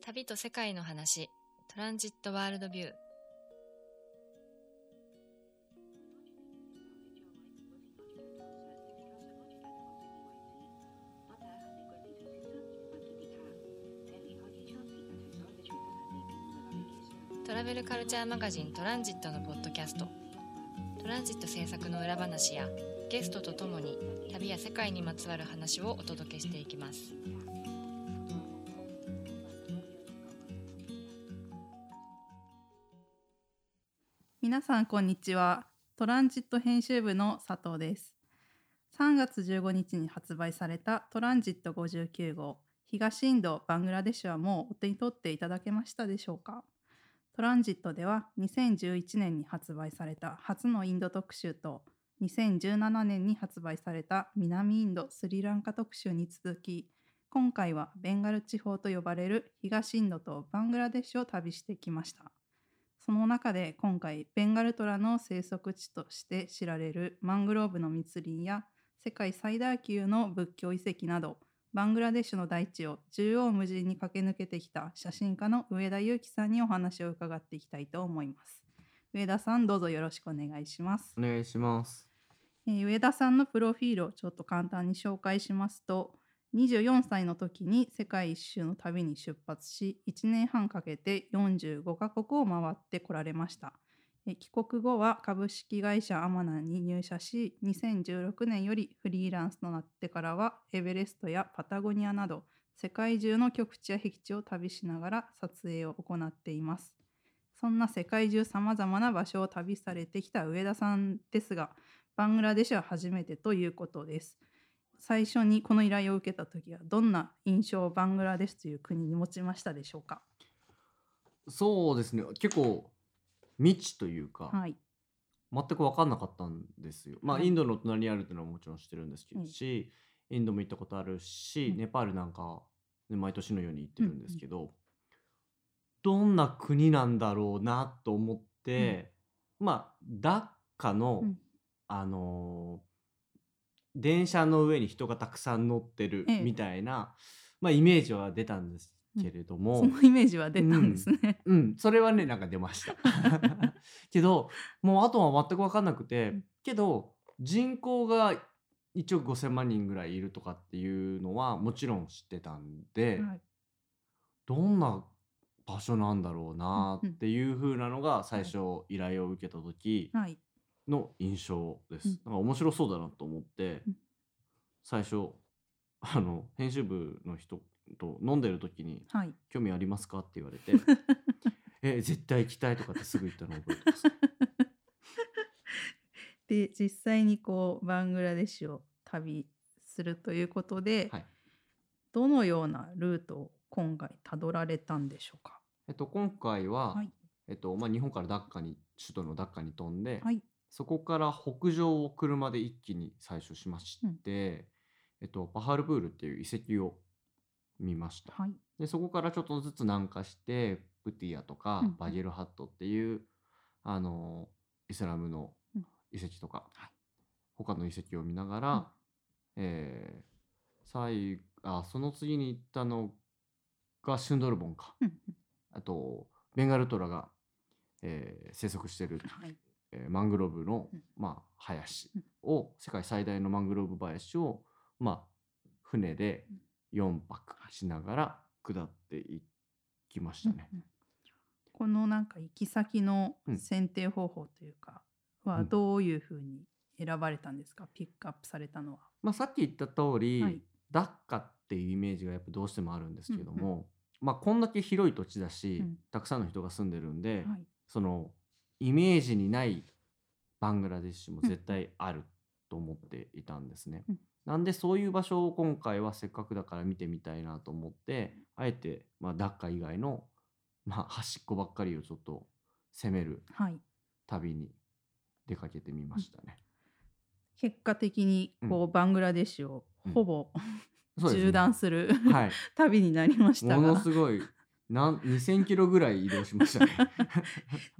旅と世界の話、トランジットワールドビュー。トラベルカルチャーマガジントランジットのポッドキャストトランジット制作の裏話やゲストとともに旅や世界にまつわる話をお届けしていきます皆さんこんにちはトランジット編集部の佐藤です3月15日に発売されたトランジット59号東インドバングラデシュはもうお手に取っていただけましたでしょうかトランジットでは2011年に発売された初のインド特集と2017年に発売された南インドスリランカ特集に続き今回はベンガル地方と呼ばれる東インドとバングラデシュを旅してきましたその中で今回ベンガルトラの生息地として知られるマングローブの密林や世界最大級の仏教遺跡などバングラデシュの大地を縦横無尽に駆け抜けてきた写真家の上田裕樹さんにお話を伺っていきたいと思います。上田さんどうぞよろしくお願いします。お願いします。えー上田さんのプロフィールをちょっと簡単に紹介しますと24歳の時に世界一周の旅に出発し1年半かけて45カ国を回ってこられましたえー帰国後は株式会社アマナに入社し2016年よりフリーランスとなってからはエベレストやパタゴニアなど世界中の極地や僻地を旅しながら撮影を行っていますそんな世界中さまざまな場所を旅されてきた上田さんですがバングラデシュは初めてということです。最初にこの依頼を受けた時はどんな印象をバングラデシュという国に持ちましたでしょうか。そうですね。結構未知というか、はい。全く分かんなかったんですよ。まあ、はいインドの隣にあるっていうのはもちろん知ってるんですけど、うんし、インドも行ったことあるし、うんネパールなんか、ね、毎年のように行ってるんですけど、どんな国なんだろうなと思って、まあダッカの、うんあのー電車の上に人がたくさん乗ってるええみたいな、まあ、イメージは出たんですけれども、そのイメージは出たんですね。うん、それはねなんか出ました けどもうあとは全く分かんなくて、うんけど人口が1億5,000万人ぐらいいるとかっていうのはもちろん知ってたんで、 はい。どんな場所なんだろうなっていう風なのが最初依頼を受けた時はい。の印象です。うんなんか面白そうだなと思って、うん最初あの編集部の人と飲んでる時にはい。興味ありますか?」って言わ れて「え絶対行きたい」とかってすぐ言ったの覚えて ますで実際にこうバングラデシュを旅するということで、はいどのようなルートを今回たどられたんでしょうか。えっと今回は、はいえっとまあ、日本からダッカに首都のダッカに飛んで、はい。そこから北上を車で一気に最初しまして、えっと、パハルプールっていう遺跡を見ました、はい。でそこからちょっとずつ南下してプティアとかうんバゲルハットっていう、あのイスラムのうん遺跡とか、はい他の遺跡を見ながら、うんえー最あその次に行ったのがシュンドルボンかうんあとベンガルトラが、えー生息してるうんはい。えーマングローブのうん、まあ、林うんを世界最大のマングローブ林を、まあ、船で4泊しながら下っていきましたね。うんうんこのなんか行き先のうん選定方法というかはうんどういうふうに選ばれたんですか、ピックアップされたのは。まあ、さっき言った通り、はいダッカっていうイメージがやっぱどうしてもあるんですけども、まあ、こんだけ広い土地だし、うんたくさんの人が住んでるんで、はいそのイメージにないバングラデシュも絶対あると思っていたんですね。うんなんでそういう場所を今回はせっかくだから見てみたいなと思ってあえて、まあ、ダッカ以外の、まあ、端っこばっかりをちょっと攻めるはい、旅に出かけてみましたね。結果的にこう、バングラデシュをほぼ、そうですね縦断する、はい、 旅になりましたものがすごいなん2000キロぐらい移動しまし たね。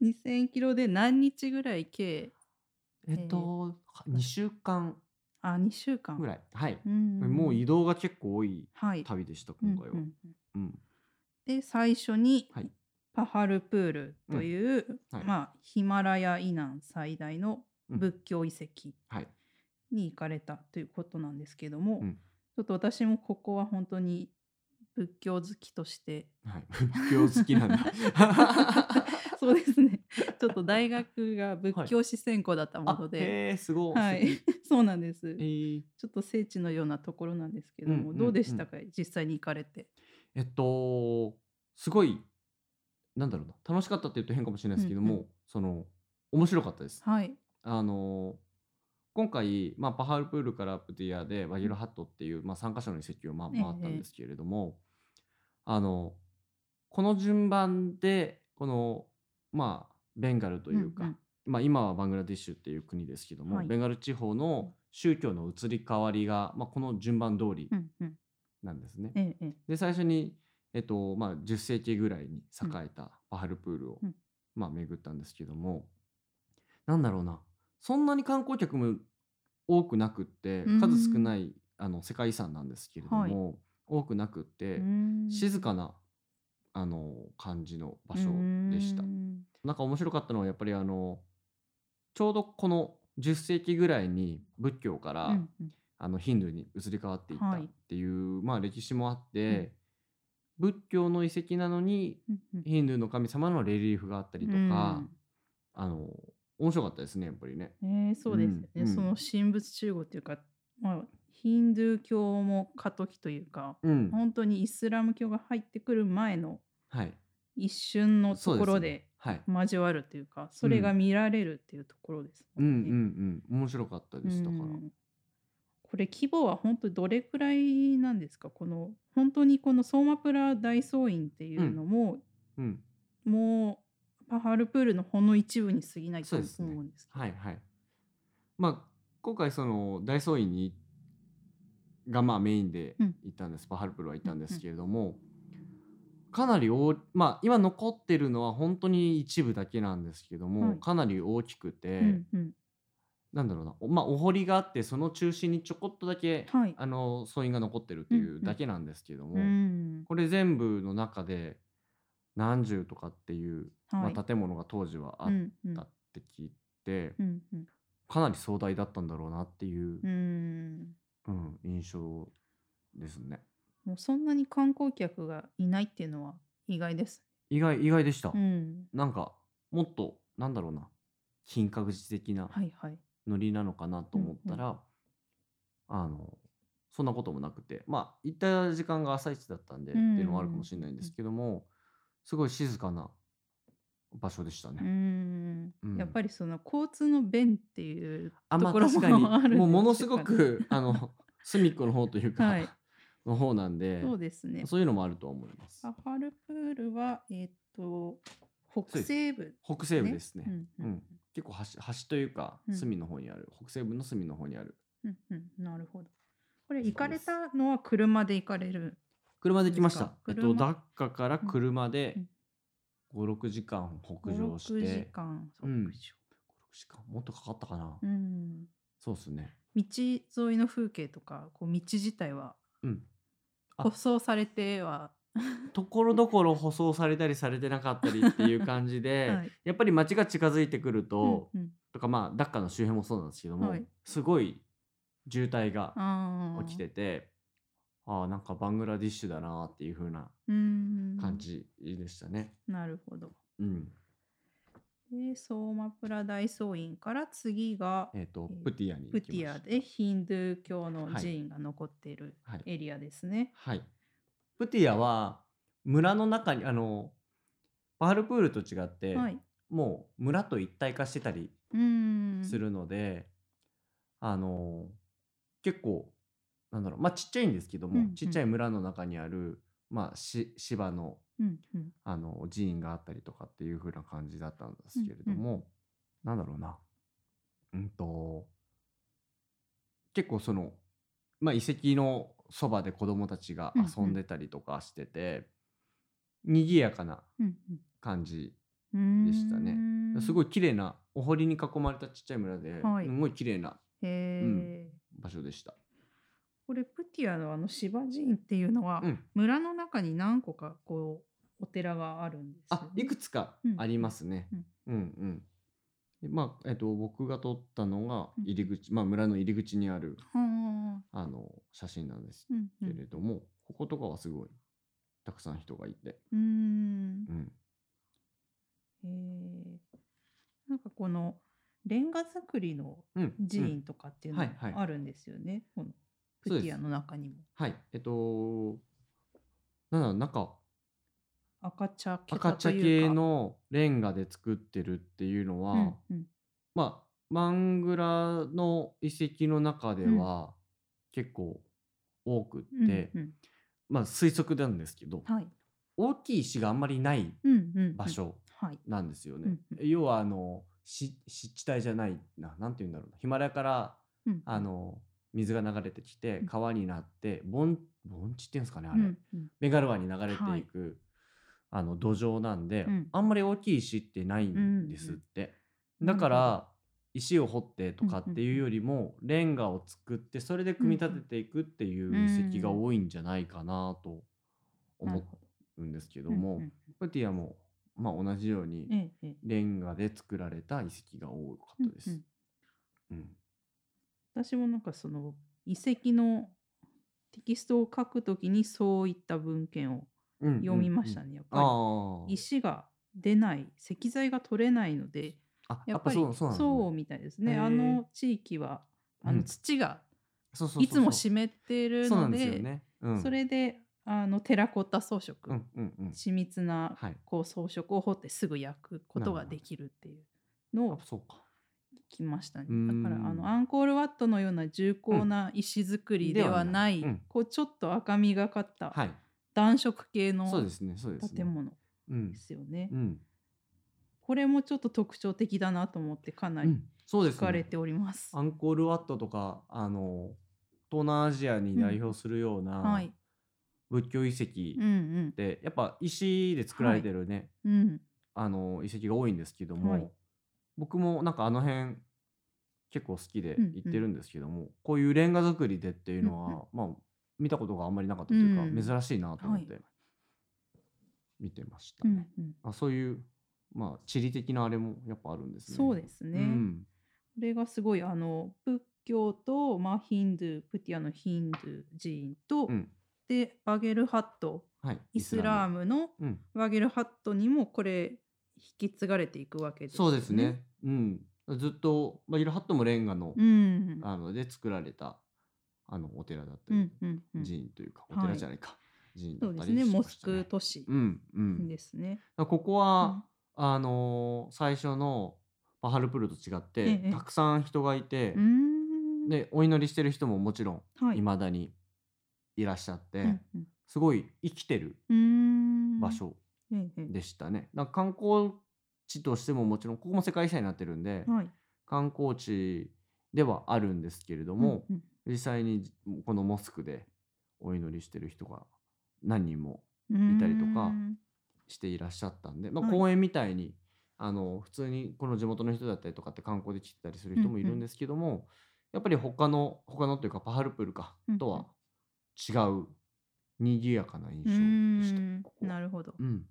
2,000キロで何日ぐらい計えっと2週間あ2週間ぐらいはい、うんもう移動が結構多いはい旅でしたうん今回うは。んうんうんで最初に、はいパハルプールという、うんはいまあ、ヒマラヤ以南最大の仏教遺跡はいに行かれたということなんですけども、うんちょっと私もここは本当に仏教好きと してはい仏教好きな んだそうですねちょっと大学が仏教史専攻だったものあで、へえすごい、はい素 敵そうなんですえーちょっと聖地のようなところなんですけどうんうんも、うんどうでしたか、実際に行かれて。えっとすごいなんだろうな楽しかったって言うと変かもしれないですけども、うんうその面白かったです。はい、あの今回、まあ、パハルプールからプティアでワギルハットっていう、まあ、3か所の遺跡をまあええ回ったんですけれども、あのこの順番でこのまあベンガルというか、うんうんまあ、今はバングラディッシュっていう国ですけども、はいベンガル地方の宗教の移り変わりが、まあ、この順番通りうんうん、なんですね。ええええで最初に、えっとまあ、10世紀ぐらいに栄えたパハルプールを、うんまあ、巡ったんですけどもなんだろうなそんなに観光客も多くなくってうん数少ないあの世界遺産なんですけれども、多くなくってうーん静かなあの感じの場所でしたうー。んなんか面白かったのはやっぱりあのちょうどこの10世紀ぐらいに仏教から、うんうんあのヒンドゥーに移り変わっていったはいっていう、まあ歴史もあって、仏教の遺跡なのにうんうんヒンドゥーの神様のレリーフがあったりとか、あの面白かったですねやっぱりね。うんえーそうですよね、うんうんその神仏集合というか、まあ、ヒンドゥー教も過渡期というかうん、本当にイスラム教が入ってくる前のはい。一瞬のそうところすねではい。交わるというかそれが見られるっていうところですうもんんね、うんうん面白かったですだから。うんこれ規模は本当どれくらいなんですかこの本当にこのソーマプラ大僧院っていうのも、うんもうパハルプールのほんの一部に過ぎないとそう思ですねうんですけどはいはい。まあ今回その大僧院にがまあメインでうん行ったんです、パハルプルは行ったんですけれども、かなり大まあ今残ってるのは本当に一部だけなんですけども、はいかなり大きくて、うんうんなんだろうなおまあお堀があってその中心にちょこっとだけ、はいあの僧院が残ってるっていんううんだけなんですけども、うんこれ全部の中で何十とかっていう、はいまあ、建物が当時はあっうんうんたって聞いて。うんうんかなり壮大だったんだろうなっていうう、んうん印象ですねもうそんなに観光客がいないっていうのは意外です。意外意外でした、うん、なんかもっとなんだろうな金閣寺的なはいはい。ノリなのかなと思ったら、あのそんなこともなくてまあ行った時間が朝一だったんで、うんっていうのもあるかもしれないんですけどもすごい静かな場所でしたうね。ん、うんやっぱりその交通の便っていうあとまあころ確かに もあるんでしょうかねもうものすごくあの隅っこの方というか、はいの方なんでそうですね。そういうのもあるとは思います。サハルプールはえっ、と北西部、北西部ですね。うんううんん結構端端というかうん隅の方にある、北西部の隅の方にある。うんうん、なるほど。これ行かれたのは車で行かれる。車で来ました。えそうっですかとダッカから車でうん五六時間北5、上して、 6時間北う上。ん5-6時間もっとかかったかな。うんそうですね。道沿いの風景とかこう道自体はうん。あ舗装されては、ところどころ舗装されたりされてなかったりっていう感じ で、はいやっぱり街が近づいてくると、うんうんとかまあダッカの周辺もそうなんですけども、はいすごい渋滞があー起きてて、ああなんかバングラディッシュだなっていう風なうーん感じでしたね。なるほど。うん。で、ソーマプラ大僧院から次がえっ、とえー、プティアに行きまプしたティア。でヒンドゥー教のはい寺院が残っているはい。エリアですね。はい。プティアは村の中に、あの、パールプールと違って、はい。もう村と一体化してたりうーん。するので、あの、結構、なんだろう、まあちっちゃいんですけども、うんうんちっちゃい村の中にある、まあし芝のうんうん。あの寺院があったりとかっていう風な感じだったんですけれども、なんだろうなうんと結構その、まあ、遺跡のそばで子供たちが遊んでたりとかしてて、賑やかなうん感じうん。でしたねうーんすごい綺麗なお堀に囲まれたちっちゃい村で、はいすごい綺麗なへえ、場所でした。これプティアのあの芝寺院っていうのは、うん村の中に何個かこうお寺があるんですよあね、いくつかうんありますね。うんうんでまあえっと、僕が撮ったのがうん入り口、まあ、村の入り口にあるはああの写真なんですうんうけんれども、こことかはすごいたくさん人がいて、うーんうん、へえなんかこのレンガ造りのうん寺うん院とかっていうのうんはいはいあるんですよね、このプそうですティアの中にもはいえっとなんだろうなんか赤茶系赤茶系のレンガで作ってるっていうのは、うんうんまあマングラの遺跡の中では結構多くって、うんうんまあ推測なんですけど、はい大きい石があんまりないうんうんうん場所はいなんですよね。うん要はあのし湿地帯じゃないななんて言うんだろうなヒマラヤからうんあの水が流れてきてうん川になって盆盆地っていうんですかねあうれ、んうんメガル湾に流れていく、あの土壌なんで、うんあんまり大きい石ってないんですって、うんだから石を掘ってとかっていうよりも、レンガを作ってそれで組み立てていくっていう遺跡が多いんじゃないかなと思うんですけども、うんうんプティアも、まあ、同じようにええええレンガで作られた遺跡が多かったです。うんうんうん私もなんかその遺跡のテキストを書くときにそういった文献をうんうん読みましたね、やっあぱーり石が出ない石材が取れないのであやっぱりそうなんだねみたいですね。へーあの地域はあうのん土がそうそうそうそういつも湿ってるそうなのんですよで、ね。うん、それであのテラコッタ装飾、うんうんうん。緻密なはい。こう装飾を彫ってすぐ焼くことができるっていうのあをそうか。聞きましたね。うーんだからあのアンコールワットのような重厚な石造りではない、ではないうんこうちょっと赤みがかったはい。暖色系のそうですね。そうです、ね。建。物うんで。すよね。うん。これもちょっと特徴的だなと思ってかなうりんそうで惹すね。かれております。アンコールワットとかあの東南アジアに代表するようは、ない仏教遺跡うんうんで、やっぱ石で作られてるね、うん、あの遺跡が多いんですけども、はい僕もなんかあの辺結構好きでうんうん行ってるんですけども、こういうレンガ作りでっていうのは、まあ見たことがあんまりなかったというか、うん珍しいなと思っては見てましたうね。んうん、あそういうまあ地理的なあれもやっぱあるんですね。そうですね。うんこれがすごいあの仏教と、まあ、ヒンドゥープティアのヒンドゥー寺院と、うんでバゲルハットはい。イスラーム。ムのうん。バゲルハットにもこれ引き継がれていくわけですよそうですね。。うん。ずっとまあイルハットもレンガの、うん、あので作られたあのお寺だったうり、んうんうん、寺院というかおはい寺じゃないか、寺院だそっうでたすりね。しモましスたねク都市うんうん。ですね。だからここは、あのー最初のパハルプールと違って、ええたくさん人がいてう、ん、でお祈りしてる人ももちろんうん、はいいまだにいらっしゃって、うんうんすごい生きてるうん、場所ええ、えでしたね。なんか観光地としてももちろんここも世界遺産になってるんで、えはい、観光地ではあるんですけれども、うんうん実際にこのモスクでお祈りしてる人が何人も見たりとかしていらっしゃったんで、まあ、はい公園みたいに、あの普通にこの地元の人だったりとかって観光で来てたりする人もいるんですけども、やっぱり他の他のというかパハルプルかうんうんとは違う賑やかな印象でした。ここはなるほど。うん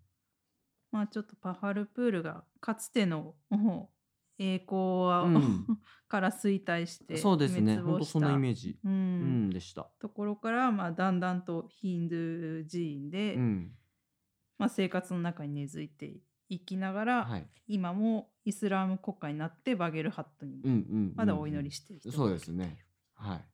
まあちょっとパハルプールがかつてのもう栄光は、うん から衰退してそうですね滅本亡当したそんなイメージ、ううんんでした。ところから、まあ、だんだんとヒンドゥー寺院で、うんまあ、生活の中に根付いていきながら、はい今もイスラム国家になってバゲルハットにも、うんうん、まだお祈りしてるう人んがそうですね。はい。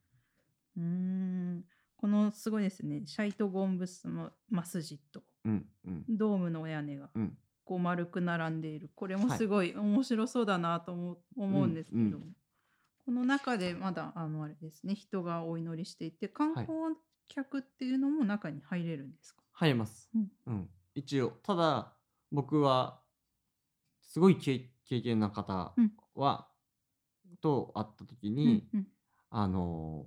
うんこのすごいですねシャイト・ゴンブスママスジットうんうんドームの屋根がうん。こう丸く並んでいるこれもはいすごい面白そうだなと思う思うんですけども、うんこの中でまだあのあれですね人がお祈りしていて観光客っていうのも中に入れるんですか、入れます。うん一応ただ僕はすごい経経験な方うんは、と会った時に、うんあの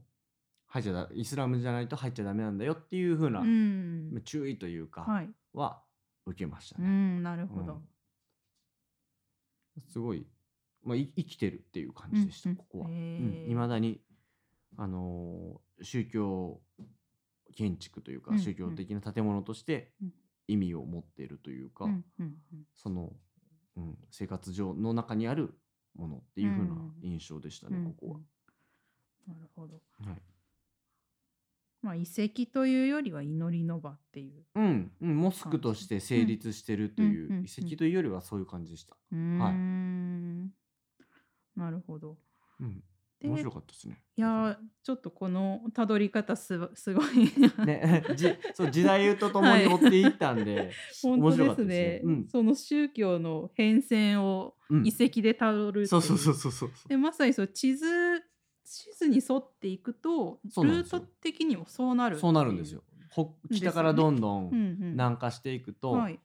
ー入っちゃだイスラムじゃないと入っちゃダメなんだよっていう風な、うんうん注意というか、はい、は受けましたうね。ん、なるほど、すごい、まあ、い生きてるっていう感じでした、うんうんここは。へいーま、未だにあのー宗教建築というか、うんうん宗教的な建物としてうん意味を持っているというか、うんうんうんその、うん、生活上の中にあるものっていう風なうん印象でしたうね、んここうんなるほど。は。はいまあ遺跡というよりは祈りの場っていう。うんうん、モスクとして成立してるとうんうんういんう遺跡というよりはそういう感じでした。うーんなるほど。うん、で面白かったですね。いやーちょっとこのたどり方すばすご い、ね、 じそう時代とともに追っていったんで、本面当白かでったすねですねうんその宗教の変遷をうん遺跡でたどるっていそうそうそうそうそう。でまさにそう地図地図に沿っていくとそうなんルーですよト的にもそうなるそうなるんですよ。北北からどんどうんんうん、南下していくと、はい、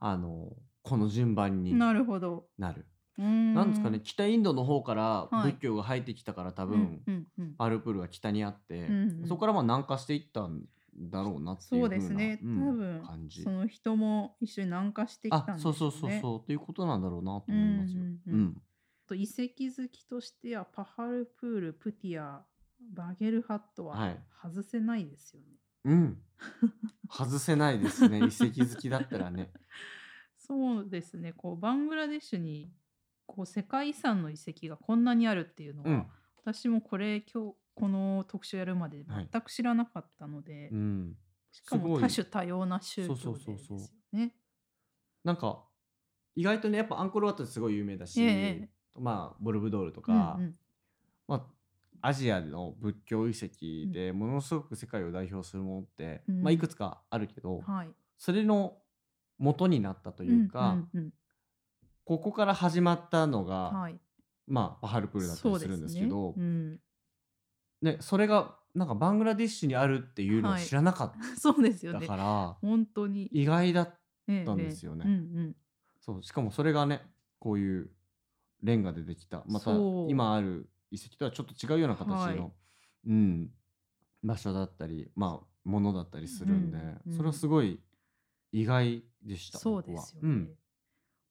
あのこの順番になるほどなる。ななんですかね、北インドの方からはい仏教が入ってきたから多多分、うんうんうんパルプールは北にあって、んうんそこからまあ南下していったんだろうなっていうそうですねふうな多うん分感じそ。の人も一緒に南下してきたんですよあねそうそうそううそうということなんだろうなと思いますよ。うんううんんうんと遺跡好きとしてはパハルプールプティアバゲルハットははい外せないですよね、 うん、外せないですね遺跡好きだったらね。そうですねこうバングラデシュにこう世界遺産の遺跡がこんなにあるっていうのは、うん私もこれ今日この特集やるまではい全く知らなかったので、うん、しかすもごい多種多様な宗教でそうですそうよそうそうね。なんか意外とねやっぱアンコールワットってすごい有名だし、ええまあボルブドールとうか、んうんまあ、アジアの仏教遺跡でものすごく世界を代表するものって、うんまあ、いくつかあるけど、はい。それの元になったとというか、うんうんここから始まったのが、うんはい、まあ、パハルプールだったりするんですけどそうですねうん ねそれがなんかバングラディッシュにあるっていうのをはい知らなかっそうですよたねから、本当に意外だええたんですよねええうんうんそうしかもそれがねこういうレンガでできたまたそう今ある遺跡とはちょっと違うような形の、はいうん、場所だったりまあものだったりするんで、うんうんそれはすごい意外でしたそう僕ではすよね、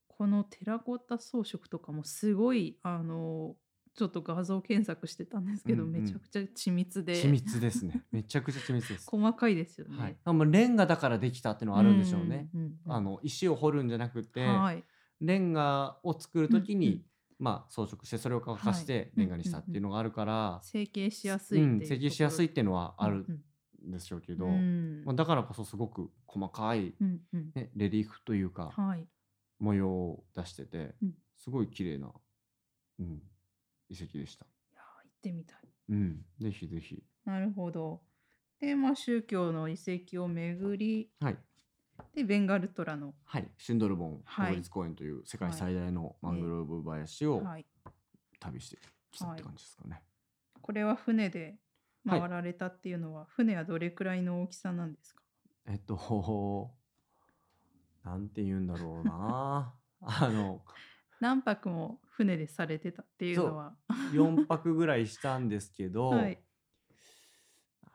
このテラコッタ装飾とかもすごいあのちょっと画像検索してたんですけど、うんうんめちゃくちゃ緻密うんで緻密です ねめちゃくちゃ緻密です、細かいですよね、はい、まあレンガだからできたってのはあるんでしょうね、うんうんうんあの石を掘るんじゃなくて、はいレンガを作る時に、うんうんまあ、装飾してそれを乾かしはていレンガにしたっていうのがあるから、整形しやすいってういうとこんろ、設計しやすいっていうのはあるうんんでしょうけうど、んまあ、だからこそすごく細かい、うんうんね、レリーフというかはい模様を出してて、うんすごい綺麗な、うん、遺跡でした。いやー行ってみたいうん、ぜひぜひ。なるほどでまあ宗教の遺跡を巡りはい、でベンガルトラのはい、シンドルボンはい国立公園という世界最大のマングローブ林をはい旅してきたって感じですかね。これは船ではい回られたっていうのは、船はどれくらいの大きさなんですかえっと、なんて言うんだ ろうな。あの何泊も船でされてたっていうのは4泊ぐらいしたんですけど、はい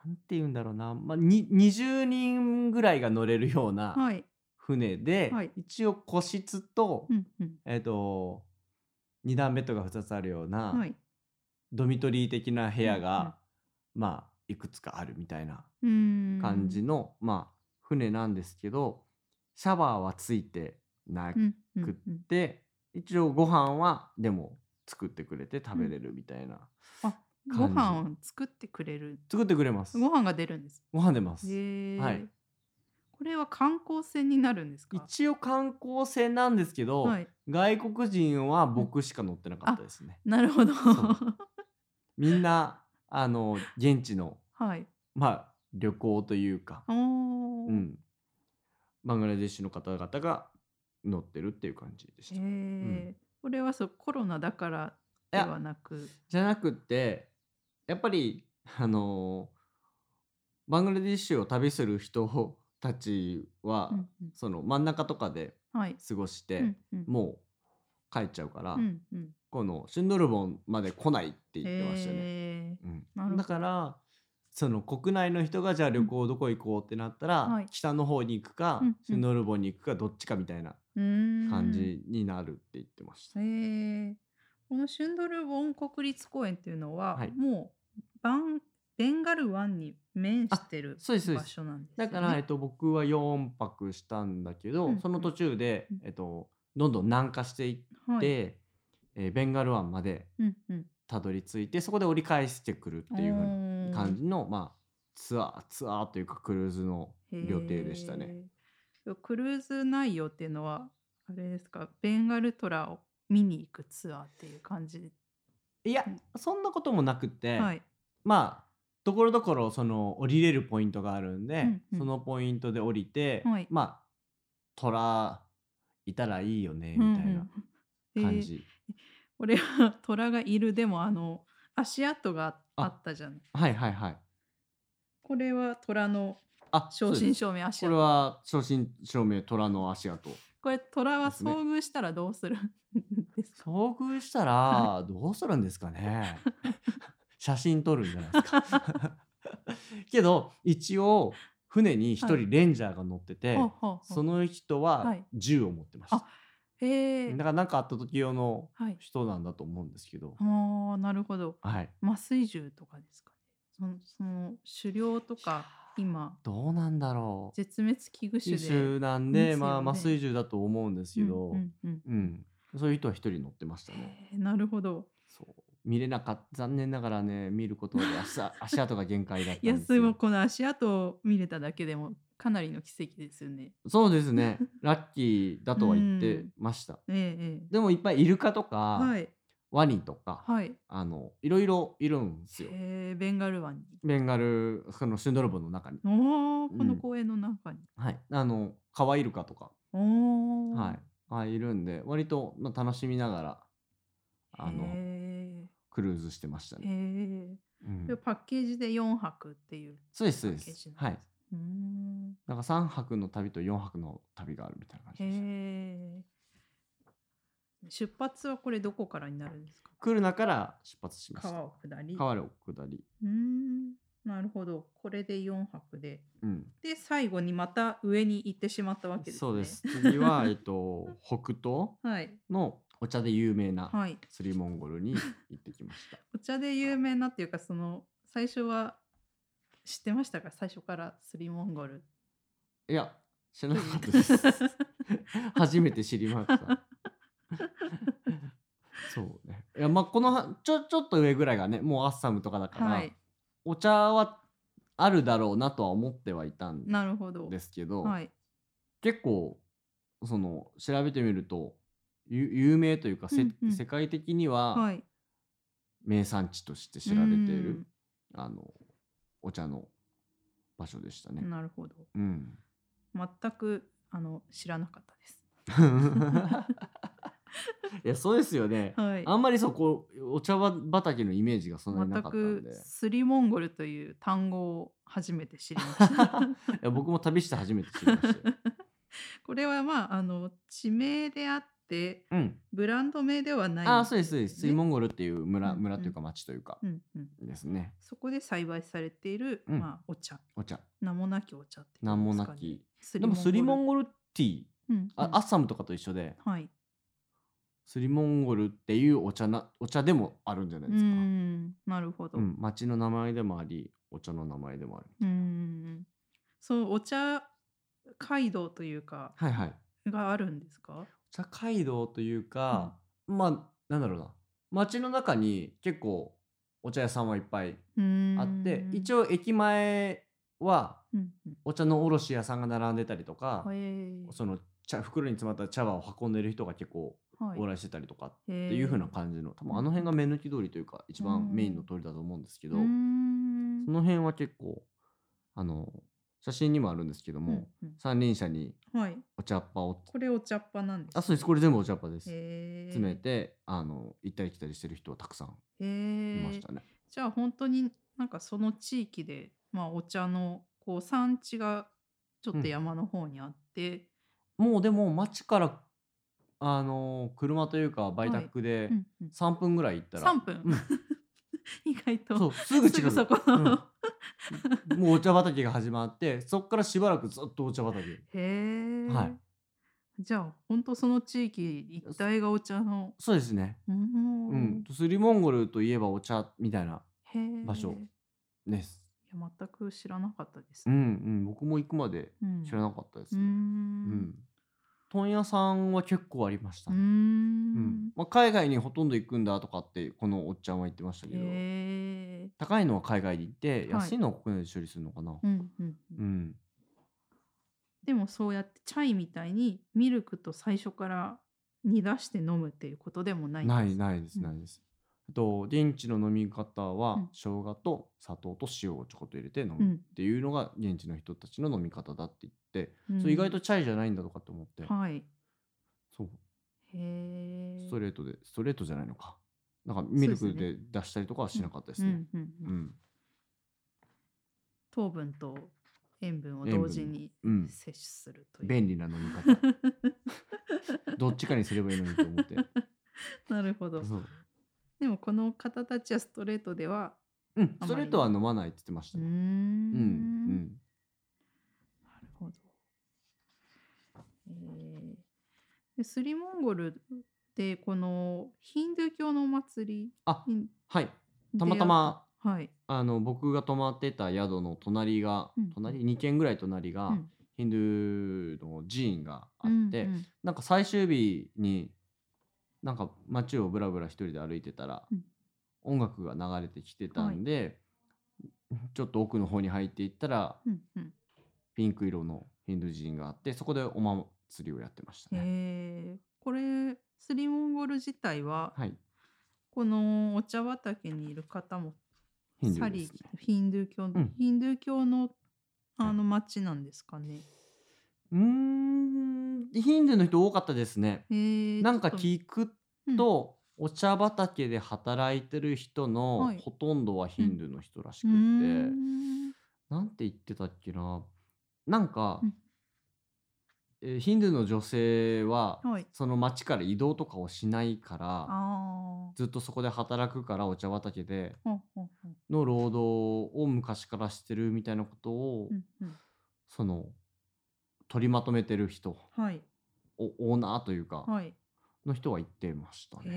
なんて言うんだろうな、まあ、に20人ぐらいが乗れるようなはい、船で、はい一応個室と,、うんうんえっと2段ベッドが2つあるような、はい、ドミトリー的な部う屋んうんが、まあいくつかあるみたいなうーん感じの、まあ、船なんですけどシャワーはついてなうんうんうくっん、て、一応ご飯はでも作ってくれて食べれるみたいな、あじご飯を作ってくれる作ってくれますご飯が出るんですご飯出ます。へえ、はいこれは観光船になるんですか一応観光船なんですけど、はい外国人は僕しか乗ってなかったですね。なるほどそうみんなあの現地の はいまあ旅行というか、おー、うん、バングラデシュの方々が乗ってるっていう感じでしへた。え、これはそうコロナだからではなくじゃなくってやっぱりあのバングラデシュを旅する人たちは、うんうんその真ん中とかではい、過ごして、うんうんもう帰っちゃうから、うんうん、このシンドルボンまで来ないって言ってましたね。へうんなるほどだからその国内の人がじゃあ旅行どこ行こうってなったら、はい北の方に行くか、うんうんシュノルボに行くかどっちかみたいなえうーん感じになるって言ってました。へえこのシュンドルボン国立公園っていうのは、はいもうバンベンガル湾に面してるそうですそうです場所なんですよだねから、えっと、僕は4泊したんだけど、うんその途中でうん、えっと、どんどん南下していっはいて、えーベンガル湾までうんうん、たどり着いてそこで折り返してくるっていう風な感じの、まあ、ツアーツアーというかクルーズの旅程でしたね。へー。クルーズ内容っていうのはあれですかベンガルトラを見に行くツアーっていう感じで、いやうんそんなこともなくて、はい、まあところどころその降りれるポイントがあるんで、うんうんそのポイントで降りて、はいまあ虎いたらいいよねみたういなんうん感へーじ、俺はトラがいるでもあの足跡があったじゃんはいはいはいこれはトラのあ正そう真です正銘足これ跡は正真正銘虎の足跡これトラはですね遭遇したらどうするん ですか遭遇したらどうするんですかね 写真撮るんじゃないですか けど一応船に一はい人レンジャーが乗ってて、ほうほうほうその人ははい銃を持ってました、あへえだから何かあった時用のはい人なんだと思うんですけど、ああなるほどはい麻酔銃とかですかねそのその狩猟とか今どうなんだろう絶滅危惧種優で秀なんいいで、ですよねまあ麻酔銃だと思うんですけど、うんうんうんうんそういう人は一人乗ってましたねへえなるほどそう見れなかった残念ながらね見ることで足 足跡が限界だったんいやですでよもこの足跡を見れただけでもかなりの奇跡ですよねそうで すねラッキーだとは言ってました、ええええでもいっぱいイルカとか、はいワニとか、はいあのいろいろいるんですよへえベンガル湾にベンガルそのシンドロボの中におーこのうん公園の中に、はいあのカワイルカとかおおはい、あいるんで割と、まあ、楽しみながらあのへクルーズしてましたえへね、えうんで、パッケージで4泊っていうそうですそうでパッケーすジなはんいですうーんなんか3泊の旅と4泊の旅があるみたいな感じへでしたえ出発はこれどこからになるんですかクルナから出発しました川を下り川を下りうーんなるほどこれで4泊でうんで最後にまた上に行ってしまったわけですねそうです次はえっと北東はいのお茶で有名なはいスリモンゴルに行ってきました、お茶で有名なっていうかその最初は知ってましたか最初からスリモンゴルい、や知らなかったです初めて知りましたそうねいやまあこのはちょちょっと上ぐらいがねもうアッサムとかだから、はいお茶はあるだろうなとは思ってはいたんなるほどですけど、はい結構その調べてみるとゆ有名というか、せうんうん世界的にははい名産地として知られている、うあのお茶の場所でしたーんね。なるほどうん。全くあの知らなかったですいやそうですよね。はいあんまりそうこうお茶畑のイメージがそんなにな全かったんでく、スリモンゴルという単語を初めて知りました いや僕も旅して初めて知りまし たよ。これはまああの地名であってうん。ブランド名ではないああそうですそうです。スイモンンゴルっていううん村うん村というか町というかうんうんですね。そこで栽培されている、うんまあ、お茶お茶。名もなきお茶っていなうんもですなかねき。スでもスリモンゴルティー、ル、うんうんあアッサムとかと一緒で、はいスリモンゴルっていうお茶なお茶でもあるんじゃなういですか。んなるほど、ううんん、町の名前でもありお茶の名前でもあるそうお茶街道というかはいはいがあるんですかお茶街道というか、まあなんだろうな町の中に結構お茶屋さんはいっぱいああって一応、応駅前はうんうんお茶の卸屋さんが並んでたりとか、へえその茶袋に詰まった茶葉を運んでる人が結構はい往来してたりとかてっていう風な感じの多分あの辺が目抜き通りというか一番メインの通りだと思うんですけど、その辺は結構あの写真にもあるんですけども、三輪車にはいお茶っ葉をこれお茶っ葉なんですあそうですこれ全部お茶っ葉です、へえ詰めてあの行ったり来たりしてる人はたくさんへいましえたね、じゃあ本当になんかその地域で、まあ、お茶のこう産地がちょっうとん山の方にあって、もうでも町からあの車というかバイタックでうんうん3分ぐらい行ったら、 3分、うん 意外とそうすぐ す近ぐくそこの、うんもうお茶畑が始まってそっからしばらくずっとお茶畑へえ、はいじゃあ本当その地域一帯がお茶のそうですねうーんうん、スリモンゴルといえばお茶みたいなへえ場所ね、いや全く知らなかったですうね。んうん、僕も行くまでうん知らなかったですうーね。うんん問屋さんは結構ありましうたーね。うんんまあ、海外にほとんど行くんだとかってこのおっちゃんは言ってましたけど、へえ高いのは海外に行ってはい安いのは国内で処理するのかな、うんうんううんんでもそうやってチャイみたいにミルクと最初から煮出して飲むっていうことでもないんですないないですうんないです、あと現地の飲み方はうん生姜と砂糖と塩をちょこっと入れて飲うむっんていうのが現地の人たちの飲み方だって言って、うんそれ意外とチャイじゃないんだとかって思って、はいそうへえストれレートでストレートじゃないのかなんかミルそうクでで出したりとかはしなかったでですね。うんうんううんん糖分と塩分を同時にうん摂取するという、便利な飲み方 どっちかにすればいいのにと思ってなるほどそうでもこの方たちはストレートではあうん、んまりストレートは飲まないって言ってましうたーんね。うん、うん、なるほど。えーでスリモンゴルでこのヒンドゥー教のお祭ありにはい、出たまたま、会ったはい、あの、僕が泊まってた宿の隣がうん、隣、二軒ぐらい隣うがん。ヒンドゥーの寺院があうんってう、んなんか最終日に。なんか街をぶらぶら一人で歩いてたらうん、音楽が流れてきてたんで。ちょっと奥の方に入っていったら、うんうんピンク色のヒンドゥー寺院があって、そこでお祭りをやってましたね。えーこれスリモンゴル自体は、はい、このお茶畑にいる方もヒンドゥサーでリすね。ヒンドゥー教、んヒンドゥー教のあの町なんですかね。うーん、ヒンドゥーの人多かったですね。えーなんかちょっ聞くうんと、お茶畑で働いてる人はのいほとんどはヒンドゥーの人らしうくーって、んなんて言ってたっけななんか、うんえーヒンドゥーの女性は、はい。その町から移動とかをしないからあずっとそこで働くからお茶畑であ。ほんほんほんの労働を昔からしてるみたいなことを、うんうんその取りまとめてる人はいおオーナーというか、はい。の人は言ってましたね。へ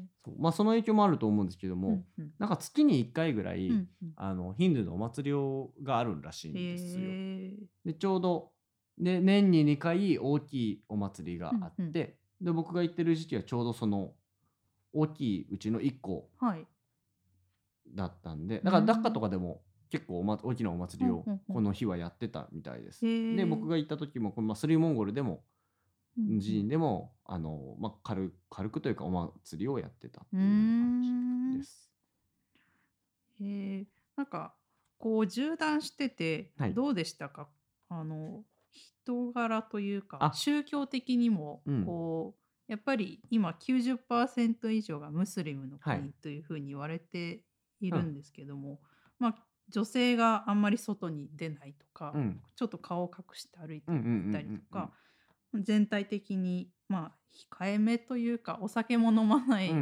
え。そうまあその影響もあると思うんですけども、うんうんなんか月に1回ぐらい、うんうんあのヒンドゥーのお祭りをがあるらしいんですよ。へでちょうどで年に2回大きいお祭りがあって、うんうんで僕が行ってる時期はちょうどその大きいうちの1個ーはい。だったんでだかうらんダッカとかでも結構お、ま、大きなお祭りうをんうんうんこの日はやってたみたいです。でで僕が行った時もこの、まあ、スリーモンゴルでも寺院で。でも、あのまあ、軽軽くというかお祭りをやってたってうーいうような感じんで。す。へーなんかこう縦断しててはいどうでしたか。あの人柄というかあ宗教的にもうんこう。やっぱり今90%以上がムスリムのは国いというふうに言われているんですけども、まあ、女性があんまり外に出ないとか、うんちょっと顔を隠して歩いてうんうんうんうんうんたりとか、全体的にまあ控えめというかお酒も飲まない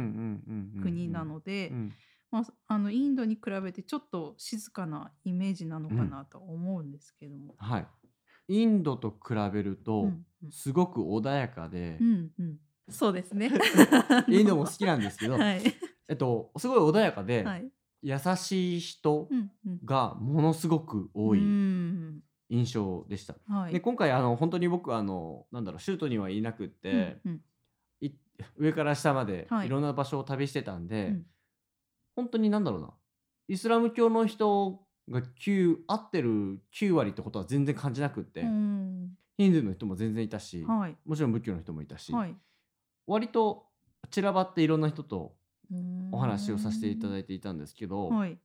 国なので、うんまあ、あのインドに比べてちょっと静かなイメージなのかなと思うんですけども。はいインドと比べると、うんうんすごく穏やかでう、んうんそうですね。 インドも好きなんですけ ど、はいえっと、すごい穏やかで、はい優しい人うんうんがものすごく多いうん印象でした。はいで今回あの本当に僕あのなんだろうシュートにはいなくって、うんうんい上から下まではいいろんな場所を旅してたんで、うん本当になんだろうなイスラム教の人が9合ってる9割ってことは全然感じなくって、うんヒンドゥーの人も全然いたし、はいもちろん仏教の人もいたし、はい割と散らばっていろんな人とおお話をさせていただいいていたんですけど、てはい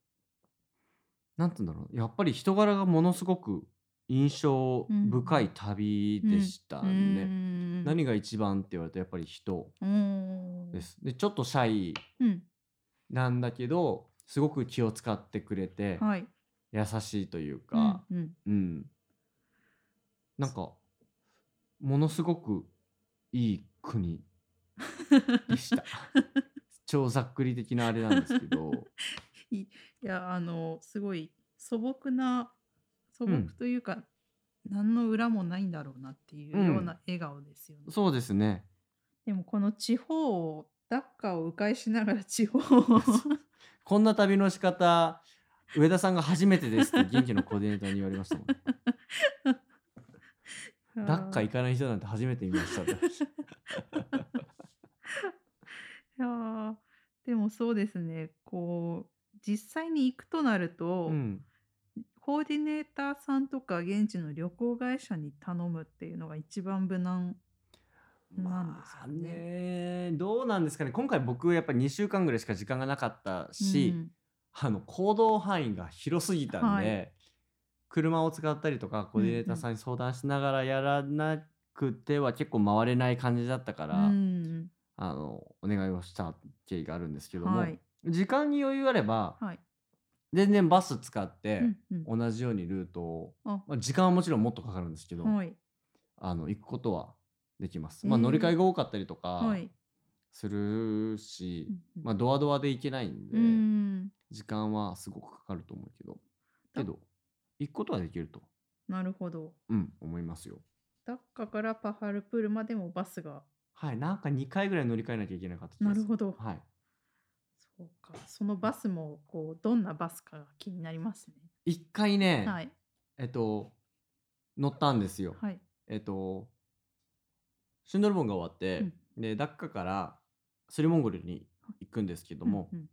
なんて言うんだろうやっぱり人柄がものすごく印象深い旅でしたね。うん何が一番って言われるとやっぱり人うんです。でちょっとシャイうんなんだけどすごく気を使ってくれて、はい優しいというか、うんうんうんなんかものすごくいい国でした 超ざっくり的なあれなんですけどいやあのすごい素朴な素う朴んというか、何の裏もないんだろうなっていうような笑顔ですよね。そうですねでもこの地方をダッカを迂回しながら地方をこんな旅の仕方上田さんが初めてですって現地のコーディネーターに言われましたもん。 ダッカい行かない人なんて初めて見ましたって。やーでもそうですねこう実際に行くとなると、うん。コーディネーターさんとか現地の旅行会社に頼むっていうのが一番無難なんですかね。ね。どうなんですかね。今回僕やっぱり2週間ぐらいしか時間がなかったし、うんあの行動範囲が広すぎたんで、はい車を使ったりとかコーディネーターさんに相談しながらやらなくては結構回れない感じだったから、うんあのお願いをした経緯があるんですけども、はい時間に余裕あれば、はい全然バス使ってうんうん同じようにルートを、あまあ時間はもちろんもっとかかるんですけど、はいあの行くことはできます。まあ、えー乗り換えが多かったりとかはいするし、うんうんまあ、ドアドアで行けないんで、うん時間はすごくかかると思うけどだけど行くことはできると、なるほど。うん、思いますよ。ダッカからパハルプールまでもバスが。はい、なんか2回ぐらい乗り換えなきゃいけなかった気がなするほど。はい、そうか。そのバスもこうどんなバスかが気になりますね。 1回ね、はいえっと乗ったんですよ。はいえっとシンドルボンが終わって、でダッカからスリモンゴルに行くんですけども、うんうん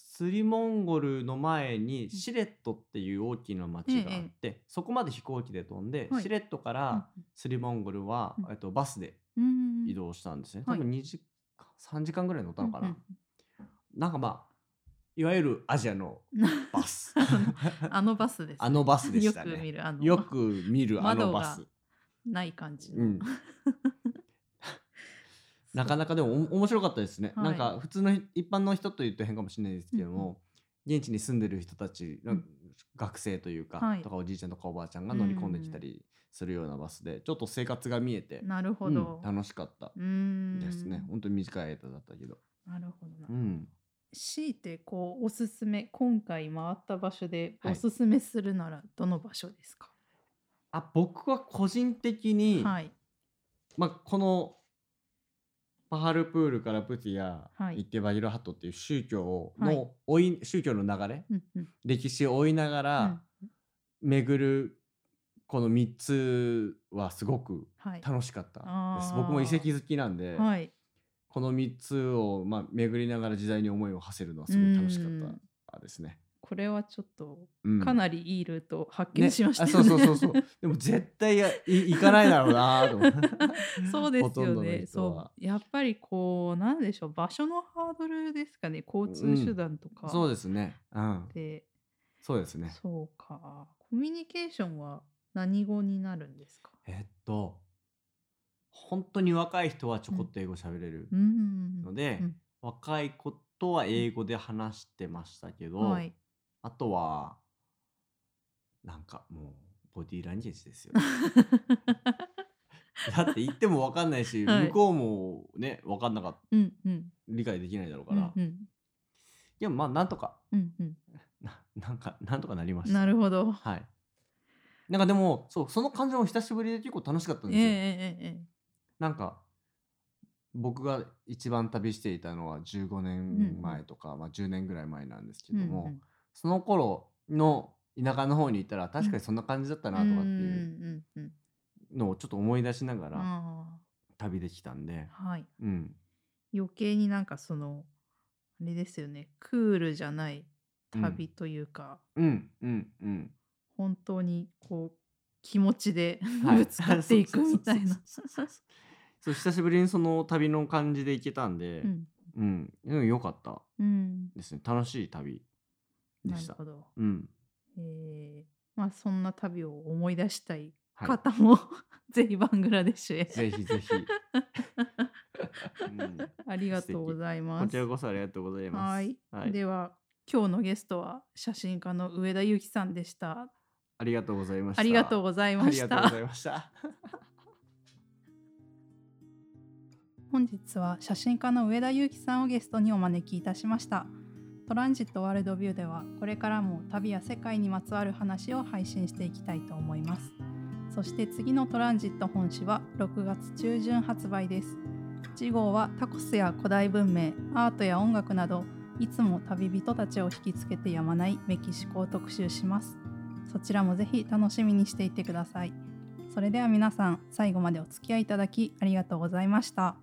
スリモンゴルの前にシレットっていう大きな町があって、そこまで飛行機で飛んで、はいシレットからスリモンゴルは、うんえっと、バスでうんうん移動したんですね、はい多分2時間3時間ぐらい乗ったのかな、うんなんかまあいわゆるアジアのうんバス あのバスです。 あのバスでしたよく見ねるあのよく見るあの窓バがス、ない感じうの。ん、なかなかでもお面白かったですね、はいなんか普通の一般の人というと変かもしれないですけども、現地に住んでる人たち、うん学生というか、はいとかおじいちゃんとかおばあちゃんが乗り込んできたりするようなバスで、ちょっと生活が見えて、なるほどうん。楽しかったうんですね、本当に短い間だったけど、なるほどな。うん、強いてこうおすすめ今回回った場所ではいおすすめするならどの場所ですか、あ僕は個人的はい、に、はいまあ、このパハルプールからプティア、はい行ってバギロハットっていう宗教はのい追い、宗教の流れうんうん歴史を追いながうらん巡るこの3つはすごくはい楽しかったです、あー僕も遺跡好きなんで、はいこの3つを、まあ、巡りながら時代に思いを馳せるのはすごい楽しかったですね。これはちょっとうんかなりいいルートを発見しましたねねあそうそうそうそう でも絶対やい行かないだろうなと思って そうですほとんよどの人ねはそうやっぱりこうなんでしょう場所のハードルですかね交通手段とかそうですね。うん。でそうですね。そうかコミュニケーションは何語になるんですかえっと、本当に若い人はちょこっと英語喋れる。うんのでうん若い子とは英語で話してましたけど、はい あとは、なんかもう、ボディーランゲージ ですよね、だって言っても分かんないし、はい向こうもね、分かんなかった。うんうん理解できないだろううから。んうんでもまあ、なんとか、うんうんななんか、なんとかなりました。なるほど。はい。なんかでも、そう、その感じも久しぶりで結構楽しかったんえでえすよ。えええなんか僕が一番旅していたのは15年前とか、まあ、10年ぐらい前なんですけえども、その頃の田舎の方に行ったら確かにそんな感じだったなとかっていううんうんうんのをちょっと思い出しながらあ旅できたんで、あはい。うん、余計になんかそのあれですよね。クールじゃない旅というか、うんうん うん本当にこう気持ちで はいぶつかっていくみたいな。 そうそうそうそうそう久しぶりにその旅の感じで行けたんでう、んうんうん、良かったうん。ですね楽しい旅でなしるたほ。ど。うんええまあそんな旅を思い出したいはい方も、 ぜひバングラデシュへ。ぜひ ぜひ。うんありがとうございます。こちらこそありがとうございます。はい、では今日のゲストは写真家の上田由紀さんでした。ありがとうございました。ありがとうございまあしりがとうごたざ。いました。本日は写真家の上田裕樹さんをゲストにお招きいたしましたトランジットワールドビューではこれからも旅や世界にまつわる話を配信していきたいと思いますそして次のトランジット本誌は6月中旬発売です次号はタコスや古代文明アートや音楽などいつも旅人たちを引きつけてやまないメキシコを特集します。そちらもぜひ楽しみにしていてください。それでは皆さん、最後までお付き合いいただきありがとうございました。